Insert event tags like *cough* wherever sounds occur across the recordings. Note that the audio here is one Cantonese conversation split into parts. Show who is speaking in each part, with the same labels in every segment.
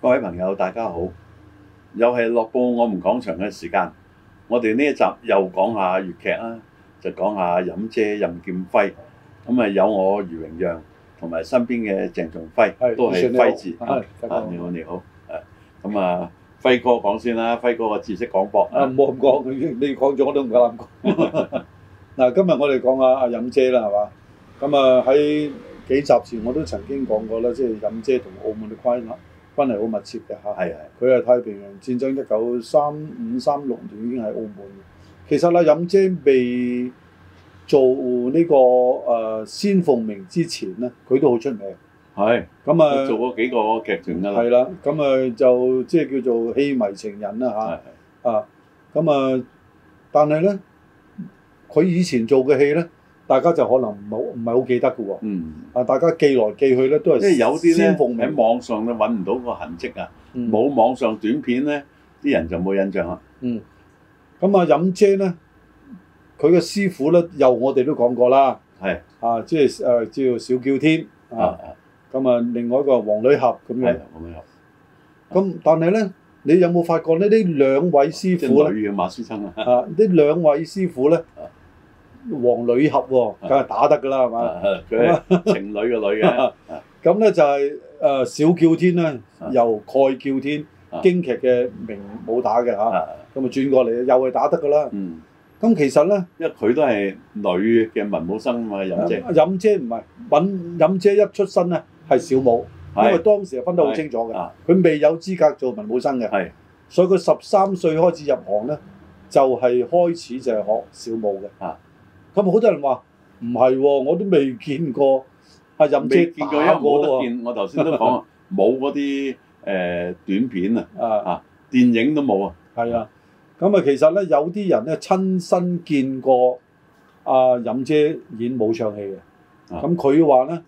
Speaker 1: 朋友大家好，又係樂報我們講場嘅時間。我哋呢一集又講下粵劇啦，就講下飲姐任劍輝。咁啊，有我余榮讓同埋身邊嘅鄭仲輝，
Speaker 2: 係
Speaker 1: 都係
Speaker 2: 先你好
Speaker 1: 輝字。
Speaker 2: 係大家
Speaker 1: 啊
Speaker 2: 好，
Speaker 1: 你好你好。誒，咁啊，輝哥講先啦，輝哥嘅知識廣博
Speaker 2: 啊，
Speaker 1: 啊。
Speaker 2: 唔好咁講，你你講咗我都唔夠膽講。
Speaker 1: *laughs*
Speaker 2: 嗱，今日我哋講下阿飲姐啦，係嘛？咁啊喺幾集前我都曾經講過啦，即係飲姐同澳門嘅關係關係好密切嘅嚇。
Speaker 1: 係係
Speaker 2: 佢係太平洋戰爭一九三五三六年已經喺澳門嘅。其實啦，飲姐未做呢、個誒、呃先鳳鳴之前咧，佢都好出名。
Speaker 1: 係，
Speaker 2: 咁啊
Speaker 1: 佢，做過幾個劇團㗎啦。
Speaker 2: 係啦，咁啊就即係叫做戲迷情人啦嚇。
Speaker 1: 係
Speaker 2: 啊，咁啊，但係咧，佢以前做嘅戲咧，大家就可能唔好唔係好記得嘅喎。
Speaker 1: 嗯，
Speaker 2: 啊，大家記來記去咧，都係
Speaker 1: 即係有啲咧
Speaker 2: 先鳳
Speaker 1: 喺
Speaker 2: 鳴，
Speaker 1: 網上你揾唔到個痕跡啊。
Speaker 2: 嗯
Speaker 1: 冇網上短片咧，啲人就冇印象啦。
Speaker 2: 咁啊，飲姐咧，佢嘅師傅咧，又我哋都講過啦。
Speaker 1: 係
Speaker 2: 啊，即係誒、呃叫小叫天
Speaker 1: 啊
Speaker 2: 啊，
Speaker 1: 啊，
Speaker 2: 咁啊，另外一個黃女俠咁
Speaker 1: 係
Speaker 2: 樣。
Speaker 1: 啦咁樣，
Speaker 2: 咁但係咧，你有冇發覺咧？呢兩位師
Speaker 1: 即
Speaker 2: 傅
Speaker 1: 係
Speaker 2: 咧，
Speaker 1: 女嘅馬書生啊。
Speaker 2: 啊，呢兩位師傅咧，
Speaker 1: 啊
Speaker 2: 黃女俠喎，梗係打得㗎啦，係嘛？
Speaker 1: 佢
Speaker 2: 啊
Speaker 1: 係情侶嘅女嘅，
Speaker 2: 咁咧就係、呃小叫天咧
Speaker 1: 啊，
Speaker 2: 由蓋叫天
Speaker 1: 啊
Speaker 2: 京劇嘅名武打嘅嚇，咁 *laughs* 啊
Speaker 1: 啊
Speaker 2: 轉過嚟又係打得噶啦。
Speaker 1: 嗯，
Speaker 2: 咁其實咧，
Speaker 1: 因為佢都係女嘅文武生嘛，任姐
Speaker 2: 啊飲姐唔係揾飲姐一出身咧係小武，因為
Speaker 1: 係
Speaker 2: 當時係分得好清楚嘅
Speaker 1: 啊，
Speaker 2: 佢未有資格做文武生嘅，
Speaker 1: 係
Speaker 2: 所以佢十三歲開始入行咧，就係、開始就係學小武嘅。
Speaker 1: 啊
Speaker 2: 咁好多人話唔係喎，我都未見過阿飲姐
Speaker 1: 未見過，因為
Speaker 2: 打過
Speaker 1: 冇得
Speaker 2: 喎。
Speaker 1: 見。我頭先都
Speaker 2: *laughs*
Speaker 1: 講啊冇嗰啲誒短片啊，
Speaker 2: 啊
Speaker 1: 電影都冇啊。
Speaker 2: 係啊，咁啊，其實咧有啲人咧親身見過阿、飲姐演武唱戲嘅，
Speaker 1: 啊
Speaker 2: 咁佢話咧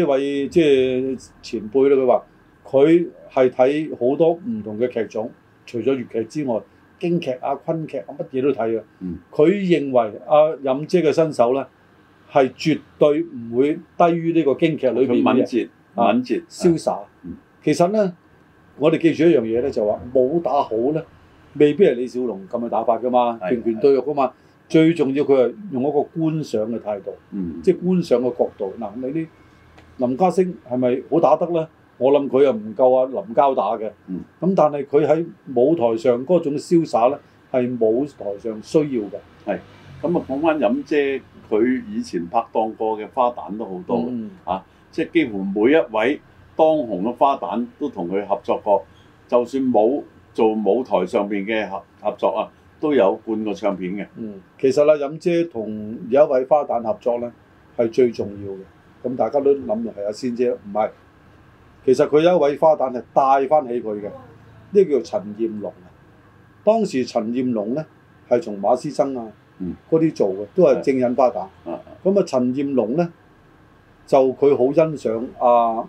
Speaker 2: 呢位即係前輩咧，佢話佢係睇好多唔同嘅劇種，除咗粵劇之外，京劇啊、昆劇啊乜嘢都睇嘅
Speaker 1: 嗯。
Speaker 2: 佢、認為阿、飲姐嘅身手咧係絕對唔會低於呢個京劇裏
Speaker 1: 佢
Speaker 2: 邊
Speaker 1: 敏
Speaker 2: 嘅
Speaker 1: 捷，
Speaker 2: 啊
Speaker 1: 敏捷，
Speaker 2: 瀟灑
Speaker 1: 嗯。
Speaker 2: 其實咧，我哋記住一樣嘢咧，就話武打好咧，未必係李小龍咁嘅打法噶嘛，
Speaker 1: 係
Speaker 2: 拳拳對肉噶嘛。最重要佢係用一個觀賞嘅態度，
Speaker 1: 嗯，
Speaker 2: 即係觀賞嘅角度。嗱，你啲林家聲係咪好打得咧？我諗佢又唔夠啊林交打嘅。咁、
Speaker 1: 嗯
Speaker 2: 但係佢喺舞台上嗰種瀟灑咧，係舞台上需要嘅。
Speaker 1: 咁啊講翻任姐，佢以前拍檔過嘅花旦都好多嘅。
Speaker 2: 嗯
Speaker 1: 即係幾乎每一位當紅嘅花旦都同佢合作過，就算冇做舞台上邊嘅合合作啊，都有灌過唱片嘅。
Speaker 2: 嗯，其實啦，飲姐同有一位花旦合作咧，係最重要嘅。咁大家都諗係阿仙姐，唔係。其實佢有一位花旦係帶翻起佢嘅，呢個叫陳艷龍啊。當時陳艷龍咧係從馬師曾啊
Speaker 1: 嗯
Speaker 2: 嗰啲做嘅，都係正印花旦。
Speaker 1: 啊
Speaker 2: 咁啊，陳艷龍咧就佢好欣賞阿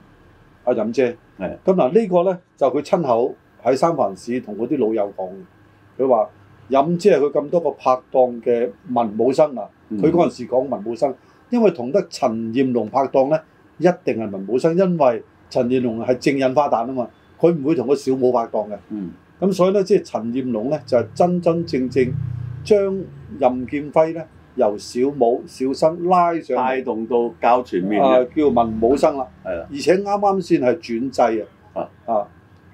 Speaker 2: 阿飲姐。
Speaker 1: 係
Speaker 2: 咁嗱，呢個咧就佢親口喺三藩市同嗰啲老友講嘅，佢話飲姐係佢咁多個拍檔嘅文武生啊。
Speaker 1: 嗯
Speaker 2: 佢嗰陣時講文武生，因為同得陳艷龍拍檔咧，一定係文武生，因為陳艷龍係正印花旦啊嘛，佢唔會同個小武拍檔嘅。
Speaker 1: 嗯
Speaker 2: 咁所以咧，即係陳艷龍咧就係、真真正正將任劍輝咧由小武小生拉上
Speaker 1: 帶
Speaker 2: 嚟
Speaker 1: 動到較全面
Speaker 2: 啊
Speaker 1: 嘅，
Speaker 2: 叫文武生啦，
Speaker 1: 係啦。
Speaker 2: 而且啱啱先係轉制啊啊！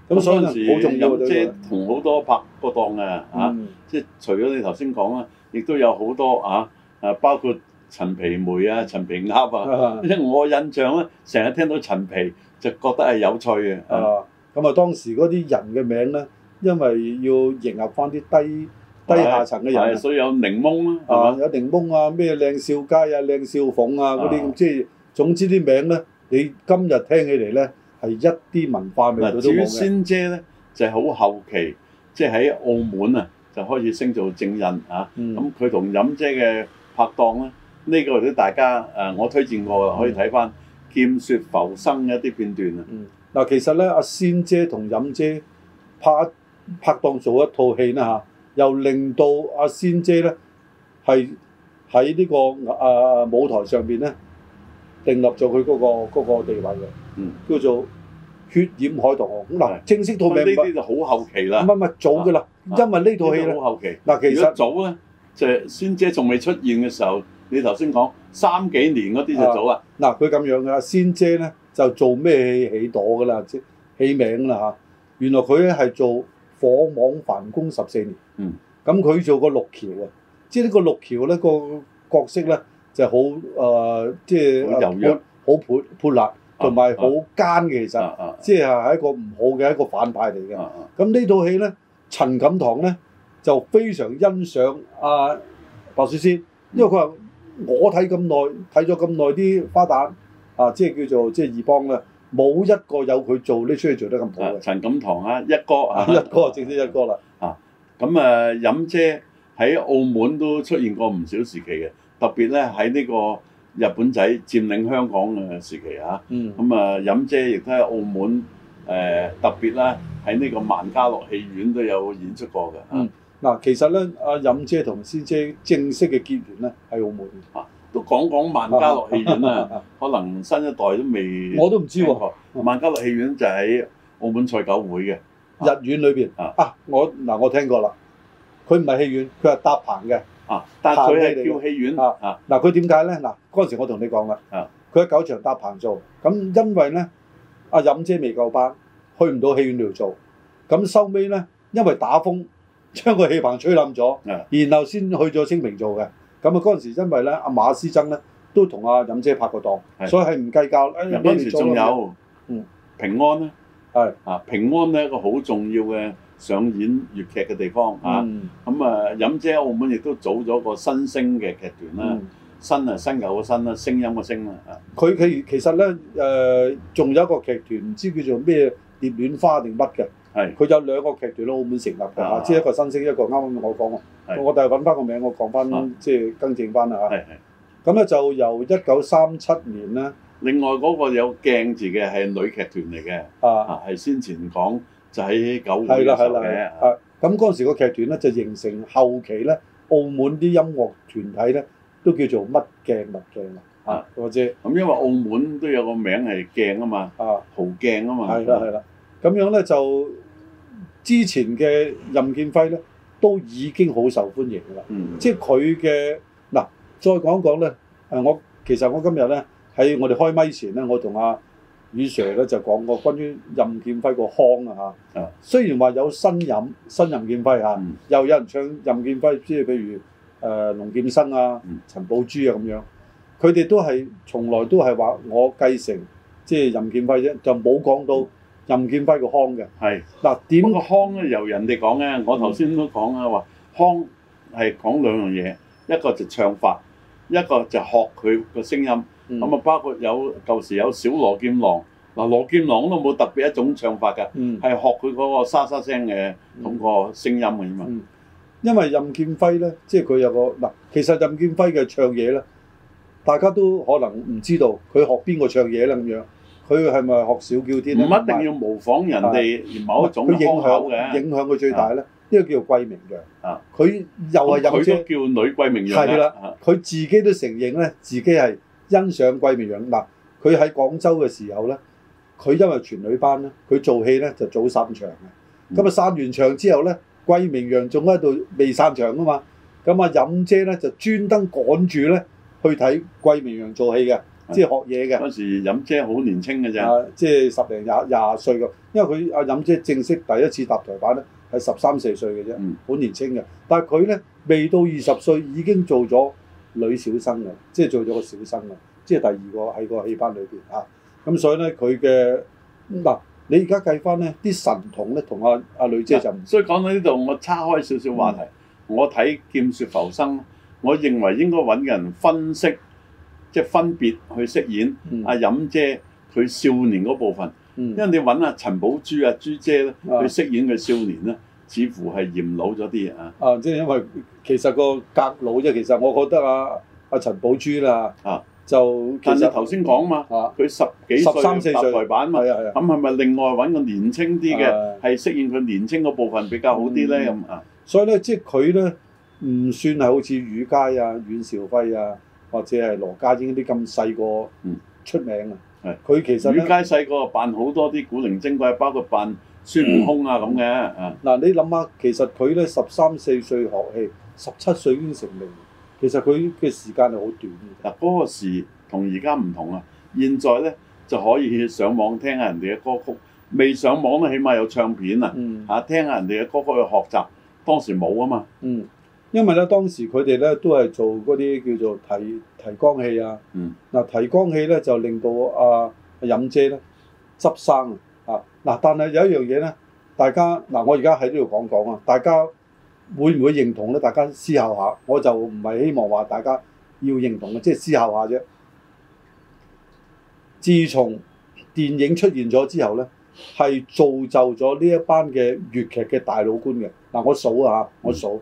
Speaker 2: 咁所以
Speaker 1: 嗰陣時
Speaker 2: 咧好重要
Speaker 1: 任
Speaker 2: 嘅
Speaker 1: 姐同好多拍過檔啊，嚇、
Speaker 2: 啊，嗯
Speaker 1: 即係除咗你頭先講啦，亦都有好多啊啊，包括陳皮梅啊、陳皮鴨啊。
Speaker 2: 啊
Speaker 1: 因為我印象咧，成日聽到陳皮就覺得係有趣嘅。啊
Speaker 2: 啊，咁啊當時嗰啲人嘅名咧，因為要迎合翻啲低低下層嘅
Speaker 1: 係
Speaker 2: 人
Speaker 1: 所以有檸檬啦，
Speaker 2: 啊，
Speaker 1: 係嘛？
Speaker 2: 有檸檬啊，咩靚少佳啊、靚少鳳啊嗰啲
Speaker 1: 啊
Speaker 2: 咁，即係總之啲名咧，你今日聽起嚟咧係一啲文化味道
Speaker 1: 嗱，
Speaker 2: 都
Speaker 1: 至於
Speaker 2: 冇嘅。
Speaker 1: 仙姐咧，就係好後期，即係喺澳門啊，就開始升做正印啊。
Speaker 2: 嗯
Speaker 1: 咁佢同飲姐嘅拍檔咧，呢、個都大家誒、呃我推薦過啦，可以睇翻《劍雪浮生》一啲片段啊。
Speaker 2: 嗯，嗱，其實咧，阿仙姐同飲姐拍拍檔做一套戲啦嚇，又令到阿仙姐咧係喺呢個啊舞台上邊咧，定立咗佢嗰個嗰個地位嘅。
Speaker 1: 嗯，
Speaker 2: 叫做血染海棠紅》咁嗱，
Speaker 1: 係
Speaker 2: 正式套
Speaker 1: 咁
Speaker 2: 名
Speaker 1: 呢
Speaker 2: 唔係
Speaker 1: 啲就好後期啦
Speaker 2: 唔，係唔係早嘅啦，
Speaker 1: 啊
Speaker 2: 因為呢套戲
Speaker 1: 呢
Speaker 2: 咧
Speaker 1: 啲好後期。
Speaker 2: 嗱，其
Speaker 1: 如果
Speaker 2: 實
Speaker 1: 早咧，就係孫姐仲未出現嘅時候，你頭先講三幾年嗰啲就早啦。
Speaker 2: 嗱佢咁樣嘅，仙姐咧就做咩戲起朵㗎啦，即戲名啦嚇。原來佢咧係做火網繁工十四年，
Speaker 1: 嗯，
Speaker 2: 咁佢做個陸橋啊，即係呢個陸橋咧個角色咧就好誒，即係
Speaker 1: 好柔弱
Speaker 2: 呃好潑潑辣，同
Speaker 1: À,
Speaker 2: 埋好奸嘅其
Speaker 1: 啊
Speaker 2: 實。
Speaker 1: 啊
Speaker 2: 即係係一個唔好嘅一個反派嚟嘅。
Speaker 1: 啊啊！
Speaker 2: 咁呢套戲咧，陳錦堂咧就非常欣賞阿、白雪仙，
Speaker 1: 嗯
Speaker 2: 因為佢話我睇咁耐，睇咗咁耐啲花旦啊，即係叫做即係二幫啦，冇一個有佢做呢出戲做得咁好
Speaker 1: 啊
Speaker 2: 嘅。
Speaker 1: 陳錦堂啊，一哥
Speaker 2: 啊
Speaker 1: 啊，
Speaker 2: 一哥正式一哥啦，
Speaker 1: 咁啊，飲姐喺澳門都出現過唔少時期嘅，特別咧喺呢個日本仔佔領香港嘅時期啊。
Speaker 2: 嗯
Speaker 1: 咁啊，飲姐亦都喺澳門誒、呃特別啦，喺呢個萬家樂戲院都有演出過嘅。啊
Speaker 2: 嗯嗱，其實咧，阿任姐同仙姐正式嘅結緣咧喺澳門嘅。
Speaker 1: 都講講萬家樂戲院
Speaker 2: *laughs*
Speaker 1: 啊，可能新一代都未
Speaker 2: 我都唔知喎，嗯
Speaker 1: 聽過萬家樂戲院就喺澳門賽狗會嘅。
Speaker 2: 日院裏邊
Speaker 1: 啊
Speaker 2: 啊，我嗱我聽過啦，佢唔係戲院，佢係搭棚嘅。
Speaker 1: 啊！但係佢係叫戲院
Speaker 2: 啊
Speaker 1: 啊，
Speaker 2: 嗱，佢點解咧？嗱，嗰陣時我同你講啦
Speaker 1: 啊，
Speaker 2: 佢喺九場搭棚做，咁因為咧，阿任姐未夠班，去唔到戲院度做，咁收尾咧，因為打風 *laughs* 將個戲棚吹冧咗，
Speaker 1: 啊
Speaker 2: 然後先去咗清平做嘅。咁啊嗰陣時因為咧，阿馬師曾咧都同阿任姐拍過檔，
Speaker 1: 係
Speaker 2: 所以係唔計較。哎
Speaker 1: 嗰
Speaker 2: 誒
Speaker 1: 陣時仲有
Speaker 2: 嗯
Speaker 1: 平安咧，
Speaker 2: 係
Speaker 1: 啊平安咧一個好重要嘅上演粵劇嘅地方啊。
Speaker 2: 嗯
Speaker 1: 咁啊，飲姐喺澳門亦都組咗個新星嘅劇團啦，
Speaker 2: 嗯
Speaker 1: 新啊新牛嘅新啦，聲音嘅聲啦啊。
Speaker 2: 佢其其實咧誒，呃仲、有一個劇團，唔知叫做咩蝶戀花定乜嘅。
Speaker 1: 係
Speaker 2: 佢有兩個劇團喺澳門成立嘅，
Speaker 1: 啊
Speaker 2: 即係一個新星，一個啱啱我講喎。
Speaker 1: 係
Speaker 2: 我第日揾翻個名，我講
Speaker 1: 啊
Speaker 2: 翻即係更正翻啦嚇。
Speaker 1: 係係。
Speaker 2: 咁咧就由一九三七年咧
Speaker 1: 另外嗰個有鏡字嘅係女劇團嚟嘅，
Speaker 2: 啊，
Speaker 1: 啊係先前講就喺九會
Speaker 2: 係啦
Speaker 1: 嘅時
Speaker 2: 係
Speaker 1: 候
Speaker 2: 啦
Speaker 1: 嘅
Speaker 2: 係
Speaker 1: 啊。
Speaker 2: 啊。咁嗰陣時個劇團咧就形成後期咧，澳門啲音樂團體咧都叫做乜鏡乜鏡啦啊
Speaker 1: 啊，
Speaker 2: 或者
Speaker 1: 咁因為澳門都有個名係鏡啊嘛，
Speaker 2: 啊。
Speaker 1: 豪鏡啊嘛。
Speaker 2: 係啦係啦，咁樣咧就之前嘅任建輝咧都已經好受歡迎㗎啦，
Speaker 1: 嗯。
Speaker 2: 即係佢嘅嗱，再講講咧，誒我其實我今日咧喺我哋開咪前咧，我同阿雨 Sir 咧就講過關於任建輝個腔啊嚇
Speaker 1: 啊，
Speaker 2: 雖然話有新任新任建輝嚇，
Speaker 1: 嗯
Speaker 2: 又有人唱任建輝，即係譬如誒、呃、龍劍生啊
Speaker 1: 嗯、
Speaker 2: 陳寶珠啊咁樣，佢哋都係從來都係話我繼承即係任建輝啫，就冇講到任建輝個腔嘅。
Speaker 1: 係。
Speaker 2: 嗱點
Speaker 1: 嗯咁個啊腔咧由人哋講咧，我頭先都講啦話，腔係講兩樣嘢，一個就唱法，一個就學佢個聲音。咁
Speaker 2: 咁
Speaker 1: 啊，包括有舊時有小羅劍郎，嗱羅劍郎都冇特別一種唱法㗎，
Speaker 2: 嗯，
Speaker 1: 係學佢嗰個沙沙聲嘅咁個聲音嘅啫嘛。
Speaker 2: 因為任建輝咧，即係佢有個嗱，其實任建輝嘅唱嘢咧，大家都可能唔知道佢學邊個唱嘢啦咁樣。佢係咪學小叫天
Speaker 1: 唔
Speaker 2: 呢
Speaker 1: 一定要模仿人哋某一種
Speaker 2: 佢影
Speaker 1: 腔口
Speaker 2: 響
Speaker 1: 嘅，
Speaker 2: 影響佢最大咧，呢個叫做桂明陽
Speaker 1: 啊。
Speaker 2: 佢又
Speaker 1: 咁
Speaker 2: 係任
Speaker 1: 佢
Speaker 2: 姐
Speaker 1: 都。叫女桂明陽
Speaker 2: 係啦
Speaker 1: 啦。
Speaker 2: 佢自己都承認咧，自己係欣賞桂明陽嗱。佢喺廣州嘅時候咧，佢因為全女班咧，佢做戲咧就早散場嘅。咁啊散完場之後咧，桂明陽仲喺度未散場啊嘛。咁啊飲姐咧就專登趕住咧去睇桂明陽做戲嘅，即係學嘢嘅。
Speaker 1: 嗰時飲姐好年青嘅咋，
Speaker 2: 啊，即係十零廿廿歲嘅，因為佢阿飲姐正式第一次踏台板咧係十三四歲嘅啫
Speaker 1: 嗯，
Speaker 2: 好年青嘅。但係佢咧未到二十歲已經做咗女小生嘅，即係做咗個小生嘅，即係第二個喺個戲班裏邊啊。咁所以咧佢嘅嗱，你而家計翻咧啲神童咧同阿阿女姐就唔
Speaker 1: 所以講到呢度，我岔開少少話題。
Speaker 2: 嗯
Speaker 1: 我睇《劍雪浮生》，我認為應該揾人分析，即係分別去飾演
Speaker 2: 嗯
Speaker 1: 阿飲姐佢少年嗰部分。因
Speaker 2: 嗯
Speaker 1: 為你揾阿陳寶珠、阿朱姐咧，
Speaker 2: 啊
Speaker 1: 去飾演佢少年咧，似乎係嫌老咗啲啊。
Speaker 2: 啊，即係因為其實個格佬啫，其實我覺得阿阿陳寶珠啦
Speaker 1: 啊，
Speaker 2: 就其
Speaker 1: 但係
Speaker 2: 實
Speaker 1: 你頭先講嘛，
Speaker 2: 啊
Speaker 1: 佢十幾
Speaker 2: 十三四
Speaker 1: 歲
Speaker 2: 歲
Speaker 1: 搭台板嘛，
Speaker 2: 係啊係啊。
Speaker 1: 咁係咪另外揾個年青啲嘅，
Speaker 2: 啊嗯
Speaker 1: 係飾演佢年青嗰部分比較好啲咧？咁啊，
Speaker 2: 所以咧，即係佢咧唔算係好似雨佳啊、阮兆輝啊，或者係羅家英啲咁細個
Speaker 1: 嗯
Speaker 2: 出名啊。
Speaker 1: 係
Speaker 2: 佢其實
Speaker 1: 魚
Speaker 2: 咧
Speaker 1: 街細個扮好多啲古靈精怪，包括扮孫悟空啊咁嘅啊，
Speaker 2: 嗱，你諗下，其實佢咧十三四歲學戲，十七歲已經成名，其實佢嘅時間係好短嘅。
Speaker 1: 嗱嗰個時同而家唔同啊！現在咧就可以上網聽下人哋嘅歌曲，未上網咧起碼有唱片啊，
Speaker 2: 嗯
Speaker 1: 嚇聽下人哋嘅歌曲去學習。當時冇啊嘛，
Speaker 2: 嗯，因為咧當時佢哋咧都係做嗰啲叫做提提光器啊。
Speaker 1: 嗯。
Speaker 2: 嗱，提光器咧就令到啊飲姐咧執生啊。嗱，但係有一樣嘢咧，大家嗱，我而家喺呢度講講啊，大家會唔會認同咧？大家思考下，我就唔係希望話大家要認同嘅，即係思考下啫。自從電影出現咗之後咧，係造就咗呢一班嘅粵劇嘅大老倌嘅。嗱，我數啊，我數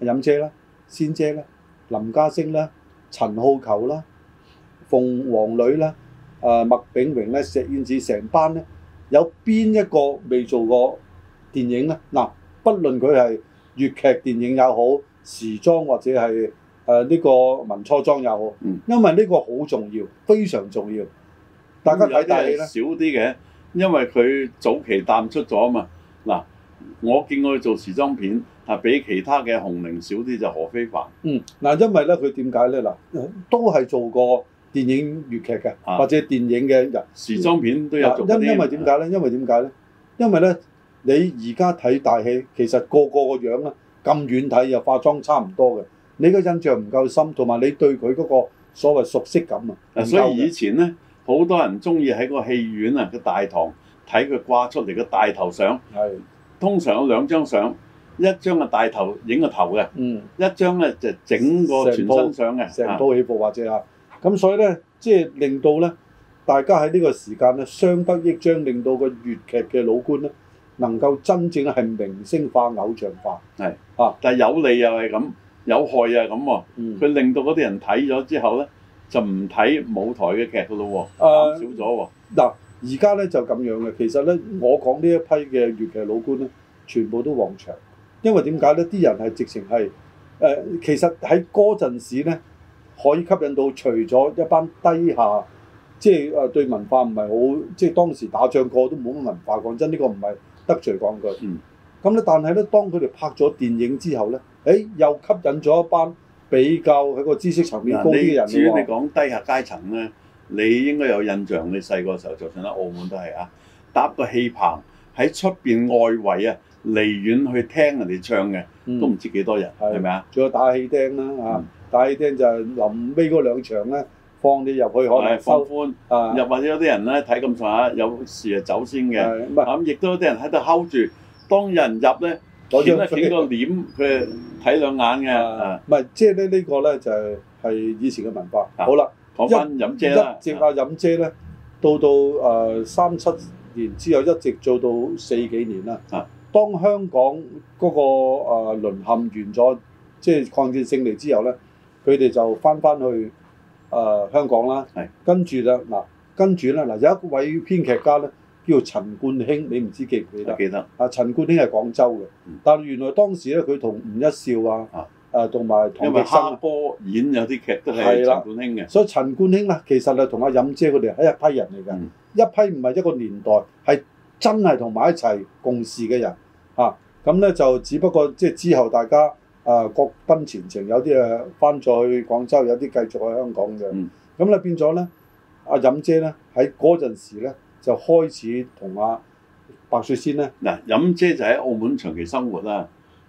Speaker 2: 飲姐啦、仙姐啦、林家聲啦、陳浩球啦、鳳凰女啦、誒麥炳榮咧、石燕子成班咧，有邊一個未做過電影咧？嗱，不論佢係粵劇電影也好，時裝或者係誒呢個文初裝也好，
Speaker 1: 嗯
Speaker 2: 因為呢個好重要，非常重要。大家睇大戲
Speaker 1: 有啲係
Speaker 2: 咧，
Speaker 1: 少啲嘅，因為佢早期淡出咗啊嘛。嗱，我見過佢做時裝片啊，比其他嘅紅伶少啲就何非凡。
Speaker 2: 嗯，嗱，因為咧佢點解咧嗱，都係做過電影粵劇嘅，
Speaker 1: 啊
Speaker 2: 或者電影嘅人。
Speaker 1: 時裝片都有做
Speaker 2: 嗱因因為點解咧？因為點解咧？因為咧，你而家睇大戲，其實個個個樣咧咁遠睇又化妝差唔多嘅，你個印象唔夠深，同埋你對佢嗰個所謂熟悉感啊，唔
Speaker 1: 嗱，
Speaker 2: 夠
Speaker 1: 所以以
Speaker 2: 嘅
Speaker 1: 前咧，好多人中意喺個戲院啊個大堂睇佢掛出嚟嘅大頭相，
Speaker 2: 係
Speaker 1: 通常有兩張相，一張係大頭影個頭嘅，
Speaker 2: 嗯
Speaker 1: 一張咧就整個全身相嘅。
Speaker 2: 成
Speaker 1: 啊
Speaker 2: 套起步或者啊，咁所以咧，即係令到咧，大家喺呢個時間咧，相得益彰，令到個粵劇嘅老倌咧，能夠真正係明星化、偶像化，
Speaker 1: 但係有利又係咁，有害又係咁喎。
Speaker 2: 嗯
Speaker 1: 佢令到嗰啲人睇咗之後咧，就唔睇舞台嘅劇噶咯喎，
Speaker 2: 誒
Speaker 1: 減少咗喎。
Speaker 2: 嗱，而家咧就咁樣嘅。其實咧，我講呢一批嘅粵劇老倌咧，全部都旺場，因為點解咧？啲人係直情係誒，其實喺嗰陣時咧，可以吸引到除咗一班低下，即係誒對文化唔係好，即係當時打仗個都冇乜文化。講真，呢、個唔係得罪講句。
Speaker 1: 嗯。
Speaker 2: 咁咧，但係咧，當佢哋拍咗電影之後咧，誒又吸引咗一班比較喺個知識層面高啲嘅人
Speaker 1: 至於
Speaker 2: 喎
Speaker 1: 你講低下階層咧，你應該有印象。你細個時候，就算喺澳門都係啊，搭個氣棚喺出邊外圍啊，離遠去聽人哋唱嘅，
Speaker 2: 嗯
Speaker 1: 都唔知幾多人，
Speaker 2: 係
Speaker 1: 係咪啊？
Speaker 2: 仲有打氣釘啦嚇，
Speaker 1: 嗯
Speaker 2: 打氣釘就係臨尾嗰兩場咧，放你入去可
Speaker 1: 係
Speaker 2: 能
Speaker 1: 放
Speaker 2: 收
Speaker 1: 寬，
Speaker 2: 啊，
Speaker 1: 又或者有啲人咧睇咁上下，有事啊走先嘅。啊
Speaker 2: 係唔係
Speaker 1: 咁亦都有啲人喺度睺住，當有人入咧，
Speaker 2: 攞
Speaker 1: 見
Speaker 2: 張
Speaker 1: 一
Speaker 2: 飛
Speaker 1: 見個臉，佢睇兩眼嘅。
Speaker 2: 啊
Speaker 1: 啊，
Speaker 2: 唔係即係咧呢個咧就係係以前嘅文化。
Speaker 1: 啊
Speaker 2: 好啦，
Speaker 1: 講翻飲
Speaker 2: 一
Speaker 1: 姐啦，
Speaker 2: 直啊飲姐咧，到到誒三七年之後一直做到四幾年啦
Speaker 1: 啊。
Speaker 2: 當香港嗰個呃誒淪陷完咗，即係抗戰勝利之後咧，佢哋就翻翻去誒香港啦
Speaker 1: 係。
Speaker 2: 跟住啦，嗱，跟住咧，嗱有一位編劇家咧叫做陳冠興，你唔知記唔記得
Speaker 1: 我？記得
Speaker 2: 啊，陳冠興係廣州嘅
Speaker 1: 嗯，
Speaker 2: 但係原來當時咧佢同吳一笑啊
Speaker 1: 啊，
Speaker 2: 誒同埋唐
Speaker 1: 因為
Speaker 2: 滌生
Speaker 1: 哈
Speaker 2: 啊，
Speaker 1: 波演有啲劇都係
Speaker 2: 係
Speaker 1: 陳
Speaker 2: 啦
Speaker 1: 冠興嘅。
Speaker 2: 所以陳冠興咧其實係同阿飲姐佢哋係一批人嚟嘅，
Speaker 1: 嗯
Speaker 2: 一批唔係一個年代，係真係同埋一齊共事嘅人啊。咁咧就只不過即係之後大家啊各奔前程，有啲誒翻咗去廣州，有啲繼續喺香港嘅。
Speaker 1: 嗯
Speaker 2: 咁咧變咗咧，阿飲姐咧喺嗰陣時咧就開始同阿白雪仙咧，
Speaker 1: 嗱，飲姐就喺澳門長期生活啦。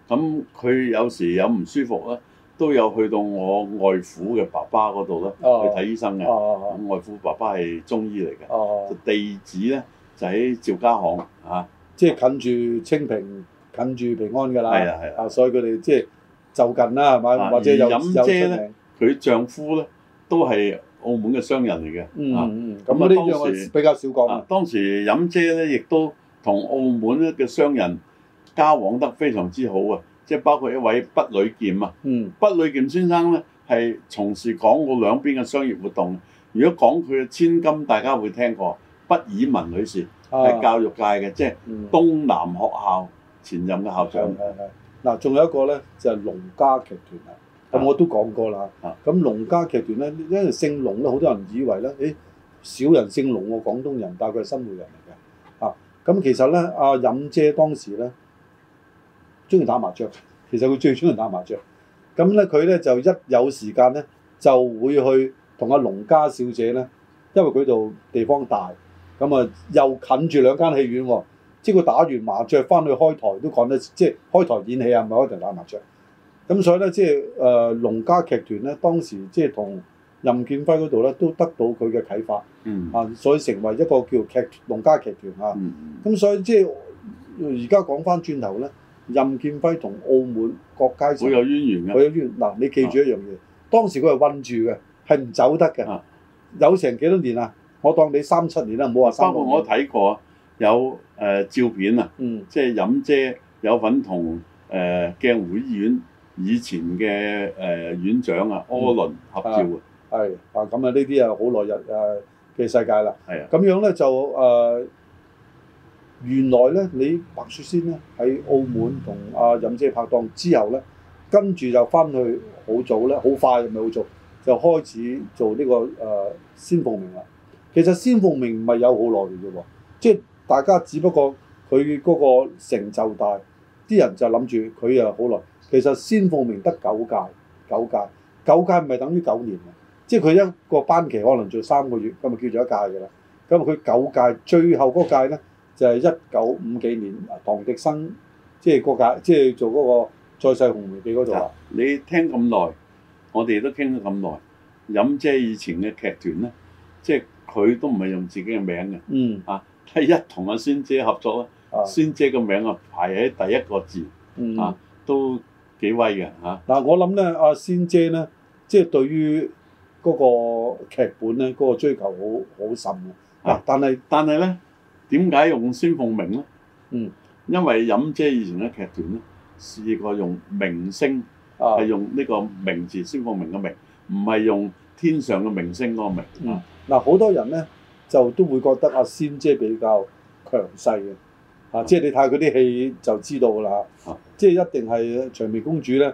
Speaker 1: 咁佢有時有唔舒服咧，都有去到我外父嘅爸爸嗰度咧
Speaker 2: 哦
Speaker 1: 去睇醫生嘅。
Speaker 2: 哦
Speaker 1: 咁外父爸爸係中醫嚟嘅，
Speaker 2: 哦
Speaker 1: 地址咧就喺趙家巷啊。
Speaker 2: 即係近住清平、近住平安㗎啦。
Speaker 1: 係啊係啊
Speaker 2: 啊，所以佢哋即係就近啦，係咪？
Speaker 1: 啊
Speaker 2: 或者有
Speaker 1: 而
Speaker 2: 有
Speaker 1: 飲
Speaker 2: 出
Speaker 1: 姐呢
Speaker 2: 名。
Speaker 1: 佢丈夫咧都係澳門嘅商人嚟嘅。
Speaker 2: 嗯
Speaker 1: 啊
Speaker 2: 嗯，咁
Speaker 1: 咁啊
Speaker 2: 呢樣我
Speaker 1: 當時
Speaker 2: 比較少講
Speaker 1: 啊
Speaker 2: 啊。，
Speaker 1: 當時飲姐咧，亦都同澳門嘅商人交往得非常之好啊，即係包括一位畢呂儉啊。
Speaker 2: 嗯
Speaker 1: 畢呂儉先生咧係從事港澳兩邊嘅商業活動。如果講佢嘅千金，大家會聽過畢爾文女士係
Speaker 2: 啊，
Speaker 1: 教育界嘅，即係
Speaker 2: 嗯
Speaker 1: 東南學校前任嘅校長
Speaker 2: 係。係係嗱，仲有一個咧就係龍家劇團啦。咁
Speaker 1: 啊
Speaker 2: 我都講過啦
Speaker 1: 啊。
Speaker 2: 咁龍家劇團咧，因為姓龍咧，好多人以為咧，誒少人姓龍喎，廣東人，但係佢係新會人嚟嘅。啊，咁其實咧，阿任姐當時咧中意打麻雀，其實佢最中意打麻雀。咁咧佢咧就一有時間咧就會去同阿龍家小姐咧，因為佢度地方大，咁啊又近住兩間戲院喎、即係佢打完麻雀翻去開台都趕得，即係開台演戲啊，唔係開台打麻雀。咁所以咧，即係誒、呃、龍家劇團咧，當時即係同任劍輝嗰度咧，都得到佢嘅啟發
Speaker 1: 嗯
Speaker 2: 啊，所以成為一個叫劇龍家劇團啊。
Speaker 1: 嗯
Speaker 2: 咁所以即係呃而家講翻轉頭咧，任劍輝同澳門各階
Speaker 1: 好
Speaker 2: 層
Speaker 1: 有淵源
Speaker 2: 佢
Speaker 1: 嘅，
Speaker 2: 有冤嗱，你記住一樣嘢，當時佢係困住嘅，係唔走得嘅
Speaker 1: 啊。
Speaker 2: 有成幾多年啊？我當你三七年啦，唔好話三
Speaker 1: 包
Speaker 2: 六
Speaker 1: 括
Speaker 2: 年。
Speaker 1: 我睇過啊有誒照片啊，
Speaker 2: 嗯
Speaker 1: 即係飲姐有份同誒鏡會醫院以前嘅誒院長啊柯倫合照啊，
Speaker 2: 係啊，咁啊呢啲啊好耐日誒嘅世界啦。
Speaker 1: 係啊，
Speaker 2: 咁樣咧就誒、呃原來咧你白雪仙咧喺澳門同阿任姐拍檔之後咧，跟住就翻去好早咧，好快咪好早就開始做呢、個誒、呃仙鳳鳴啦。其實仙鳳鳴唔係有好耐嘅啫喎，即係大家只不過佢嗰個成就大，啲人就諗住佢啊好耐。其實仙鳳鳴得九屆，九屆，九屆唔係等於九年嘅，即係佢一個班期可能做三個月，咁咪啊叫做一屆嘅啦。咁佢九屆最後嗰屆咧就係一九五幾年啊唐迪生即係嗰屆，即係做嗰個再世紅梅記嗰度啊。
Speaker 1: 你聽咁耐，我哋都傾咗咁耐，飲姐以前嘅劇團咧，即係佢都唔係用自己嘅名嘅，
Speaker 2: 嗯
Speaker 1: 係一同阿仙姐合作咧，
Speaker 2: 啊
Speaker 1: 仙姐嘅名啊排喺第一個字，
Speaker 2: 嗯
Speaker 1: 啊都幾威嘅嚇。
Speaker 2: 嗱，我諗咧，阿仙姐咧，即係對於嗰個劇本咧，嗰、個追求好好深嘅。嗱、
Speaker 1: 啊
Speaker 2: 但係
Speaker 1: 但係咧，點解用仙鳳鳴咧？
Speaker 2: 嗯，
Speaker 1: 因為飲姐以前嘅劇團咧，試過用明星，
Speaker 2: 啊
Speaker 1: 係用呢個名字仙鳳鳴嘅名，唔係用天上嘅明星嗰個名。
Speaker 2: 嗯嗱，好多人咧就都會覺得阿仙姐比較強勢嘅，啊，即係你睇佢啲戲就知道㗎啦，
Speaker 1: 啊
Speaker 2: 即係一定係長面公主咧，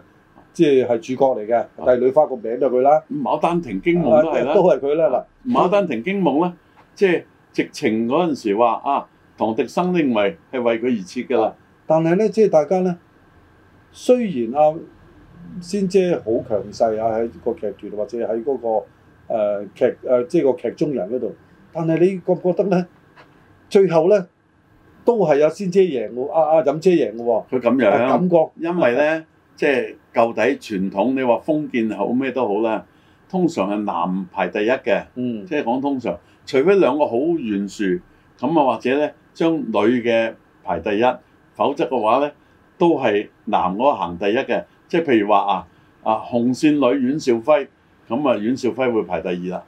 Speaker 2: 即係係主角嚟嘅，但係女花個名就佢啦，
Speaker 1: 牡丹亭驚夢啊都係
Speaker 2: 啊都
Speaker 1: 啦，
Speaker 2: 係佢啦
Speaker 1: 牡丹亭驚夢咧，即係直情嗰陣時話啊，唐迪生認為係為佢而設㗎啦
Speaker 2: 啊。嗱，但係咧即係大家咧，雖然阿、仙姐好強勢啊喺個劇團或者喺嗰、個、呃、劇誒、呃即係個劇中人嗰度，但係你覺唔覺得咧，最後咧都係阿仙姐贏喎，啊阿阿任姐贏嘅喎。
Speaker 1: 佢咁樣。
Speaker 2: 啊感覺
Speaker 1: 因為咧，即係舊底傳統，你話封建好咩都好啦，通常係男排第一嘅，
Speaker 2: 嗯
Speaker 1: 即係講通常，除非兩個好懸殊，咁啊或者咧將女嘅排第一，否則嘅話咧都係男嗰個行第一嘅，即係譬如話啊啊紅線女阮兆輝，咁啊阮兆輝會排第二啦，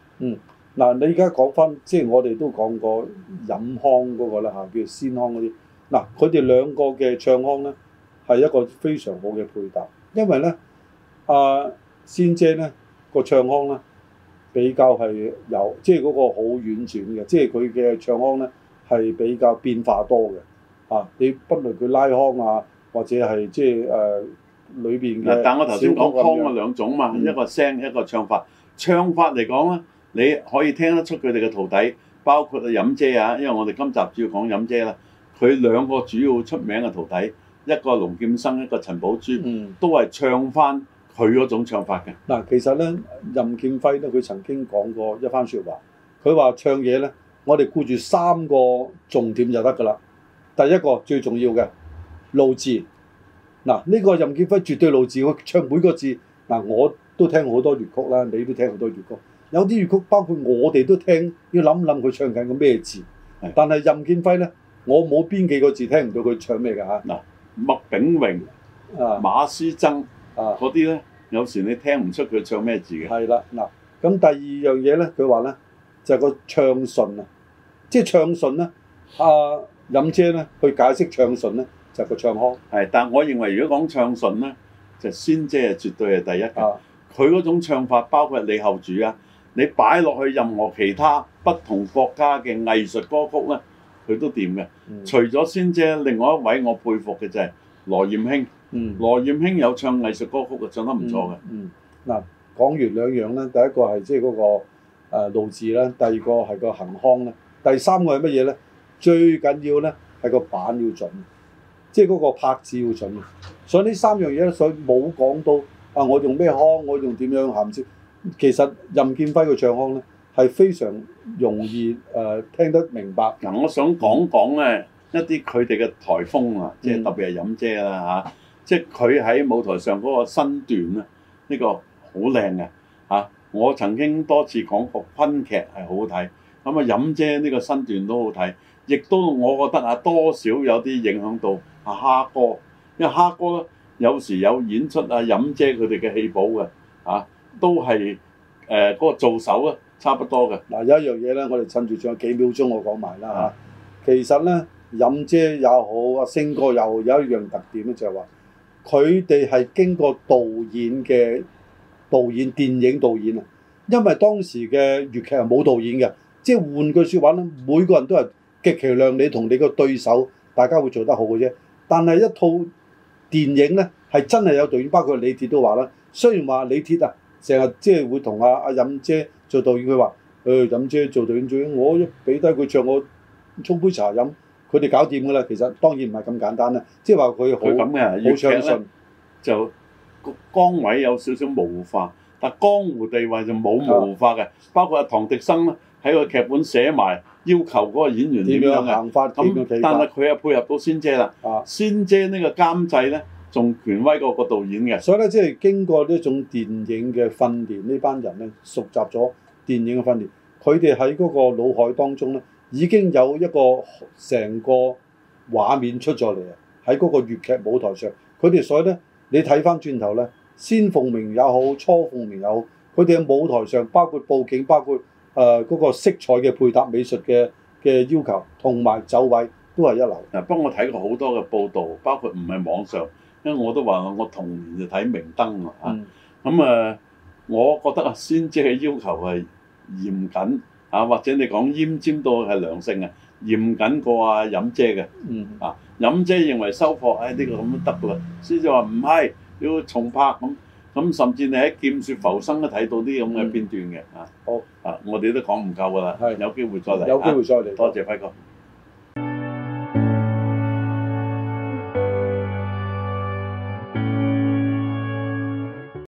Speaker 2: 嗱，你而家講翻，即係我哋都講過飲腔嗰個啦嚇，叫鮮腔嗰啲。嗱，佢哋兩個嘅唱腔咧係一個非常好嘅配搭，因為咧阿仙姐咧個唱腔咧比較係有，即係嗰個好婉轉嘅，即係佢嘅唱腔咧係比較變化多嘅。啊，你不論佢拉腔啊，或者係即係誒裏邊嘅
Speaker 1: 嗱，但我頭先講
Speaker 2: 小曲咁樣
Speaker 1: 腔啊兩種嘛，
Speaker 2: 嗯
Speaker 1: 一個聲一個唱法。唱法嚟講咧，你可以聽得出佢哋嘅徒弟，包括啊飲姐啊，因為我哋今集主要講飲姐啦。佢兩個主要出名嘅徒弟，一個龍劍生，一個陳寶珠，
Speaker 2: 嗯。
Speaker 1: 都係唱翻佢嗰種唱法嘅。
Speaker 2: 嗱，其實咧，任劍輝咧，佢曾經講過一番説話，佢話唱嘢咧，我哋顧住三個重點就得㗎啦。第一個最重要嘅路字，嗱、呢、個任劍輝絕對路字，佢唱每個字，嗱、我都聽好多粵曲啦，你都聽好多粵曲，有啲粵曲包括我哋都聽，要諗諗佢唱緊個咩字
Speaker 1: 係。
Speaker 2: 但係任劍輝咧，我冇邊幾個字聽唔到佢唱咩㗎嚇
Speaker 1: 麥炳榮、
Speaker 2: 啊
Speaker 1: 馬師曾
Speaker 2: 啊！
Speaker 1: 嗰啲咧，有時你聽唔出佢唱咩字嘅。
Speaker 2: 係啦，嗱，咁第二樣嘢咧，佢話咧就係、個暢順啊，即係暢順咧，阿、任姐咧去解釋暢順咧就係、個唱腔
Speaker 1: 係，但我認為如果講唱順咧，就仙姐係絕對係第一嘅。
Speaker 2: 啊，
Speaker 1: 佢嗰種唱法包括李後主啊，你擺落去任何其他不同國家嘅藝術歌曲咧，佢都掂嘅。
Speaker 2: 嗯
Speaker 1: 除咗仙姐，另外一位我佩服嘅就係羅艷卿。
Speaker 2: 嗯
Speaker 1: 羅艷卿有唱藝術歌曲嘅，唱得唔錯嘅。
Speaker 2: 嗯，嗯嗱、講完兩樣咧，第一個係即係嗰個、誒路字啦，第二個係個行腔啦，第三個係乜嘢咧？最緊要咧係個板要準，即係嗰個拍子要準。啊所以呢三樣嘢咧，所以冇講到啊，我用咩腔，我用點樣鹹先。其實任劍輝嘅唱腔咧係非常容易誒、呃、聽得明白。
Speaker 1: 嗱，我想講講咧一啲佢哋嘅台風啊，即係
Speaker 2: 嗯
Speaker 1: 特別係飲姐啦嚇，即係佢喺舞台上嗰個身段咧，呢、個好靚嘅嚇。我曾經多次講過昆劇係好好睇，咁啊飲姐呢個身段都好睇，亦都我覺得啊多少有啲影響到啊蝦哥，因為蝦哥咧有時有演出啊飲姐佢哋嘅戲寶嘅嚇，都係誒嗰個做手啊差不多嘅，
Speaker 2: 嗱，有一樣嘢咧，我哋趁住仲有幾秒鐘，我講埋啦嚇。其實咧，任姐又好，阿星哥又好，有一樣特點咧，就係話佢哋係經過導演嘅導演電影導演啊。因為當時嘅粵劇係冇導演嘅，即係換句説話咧，每個人都係極其量你同你個對手，大家會做得好嘅啫。但係一套電影咧，係真係有導演，包括李鐵都話啦。雖然話李鐵啊，成日即係會同阿阿任姐做導演，佢話。誒飲姐做導演最緊要，我一俾低佢唱，我沖杯茶飲，佢哋搞掂㗎啦。其實當然唔係咁簡單啦，即係話佢
Speaker 1: 佢
Speaker 2: 好
Speaker 1: 咁嘅
Speaker 2: 好
Speaker 1: 粵劇
Speaker 2: 暢
Speaker 1: 咧
Speaker 2: 順。
Speaker 1: 就個崗位有少少模糊化，但江湖地位就冇模糊化嘅。包括阿唐迪生咧喺個劇本寫埋要求嗰個演員
Speaker 2: 點
Speaker 1: 點樣
Speaker 2: 樣啊
Speaker 1: 嘅，
Speaker 2: 行法？點樣
Speaker 1: 咁
Speaker 2: 企
Speaker 1: 但係
Speaker 2: 法？
Speaker 1: 佢又配合到仙姐啦。
Speaker 2: 啊
Speaker 1: 仙姐呢個監製咧仲權威過個導演嘅。
Speaker 2: 所以咧，即係經過呢種電影嘅訓練，呢班人咧熟習咗電影嘅訓練，佢哋喺嗰個腦海當中咧已經有一個成個畫面出咗嚟啊！喺嗰個粵劇舞台上，佢哋所以咧，你睇翻轉頭咧，先鳳鳴也好，初鳳鳴也好，佢哋喺舞台上包括佈景，包括呃誒嗰、個色彩嘅配搭、美術嘅嘅要求，同埋走位都係一流。
Speaker 1: 嗱，不過我睇過好多嘅報道，包括唔係網上，因為我都話我童年就睇明燈啊。
Speaker 2: 嗯，
Speaker 1: 咁啊，我覺得啊，先姐嘅要求係嚴謹啊，或者你講奄尖到係良性啊，嚴謹過啊飲姐嘅
Speaker 2: 嗯，
Speaker 1: 啊，飲姐認為收貨，唉、呢、個咁都得噶啦，先姐話唔係，要重拍咁，咁甚至你喺劍雪浮生都睇到啲咁嘅片段嘅啊。
Speaker 2: 好
Speaker 1: 啊，我哋都講唔夠噶啦
Speaker 2: 係，
Speaker 1: 有機會再嚟。
Speaker 2: 有機會再嚟。
Speaker 1: 啊，多謝輝哥。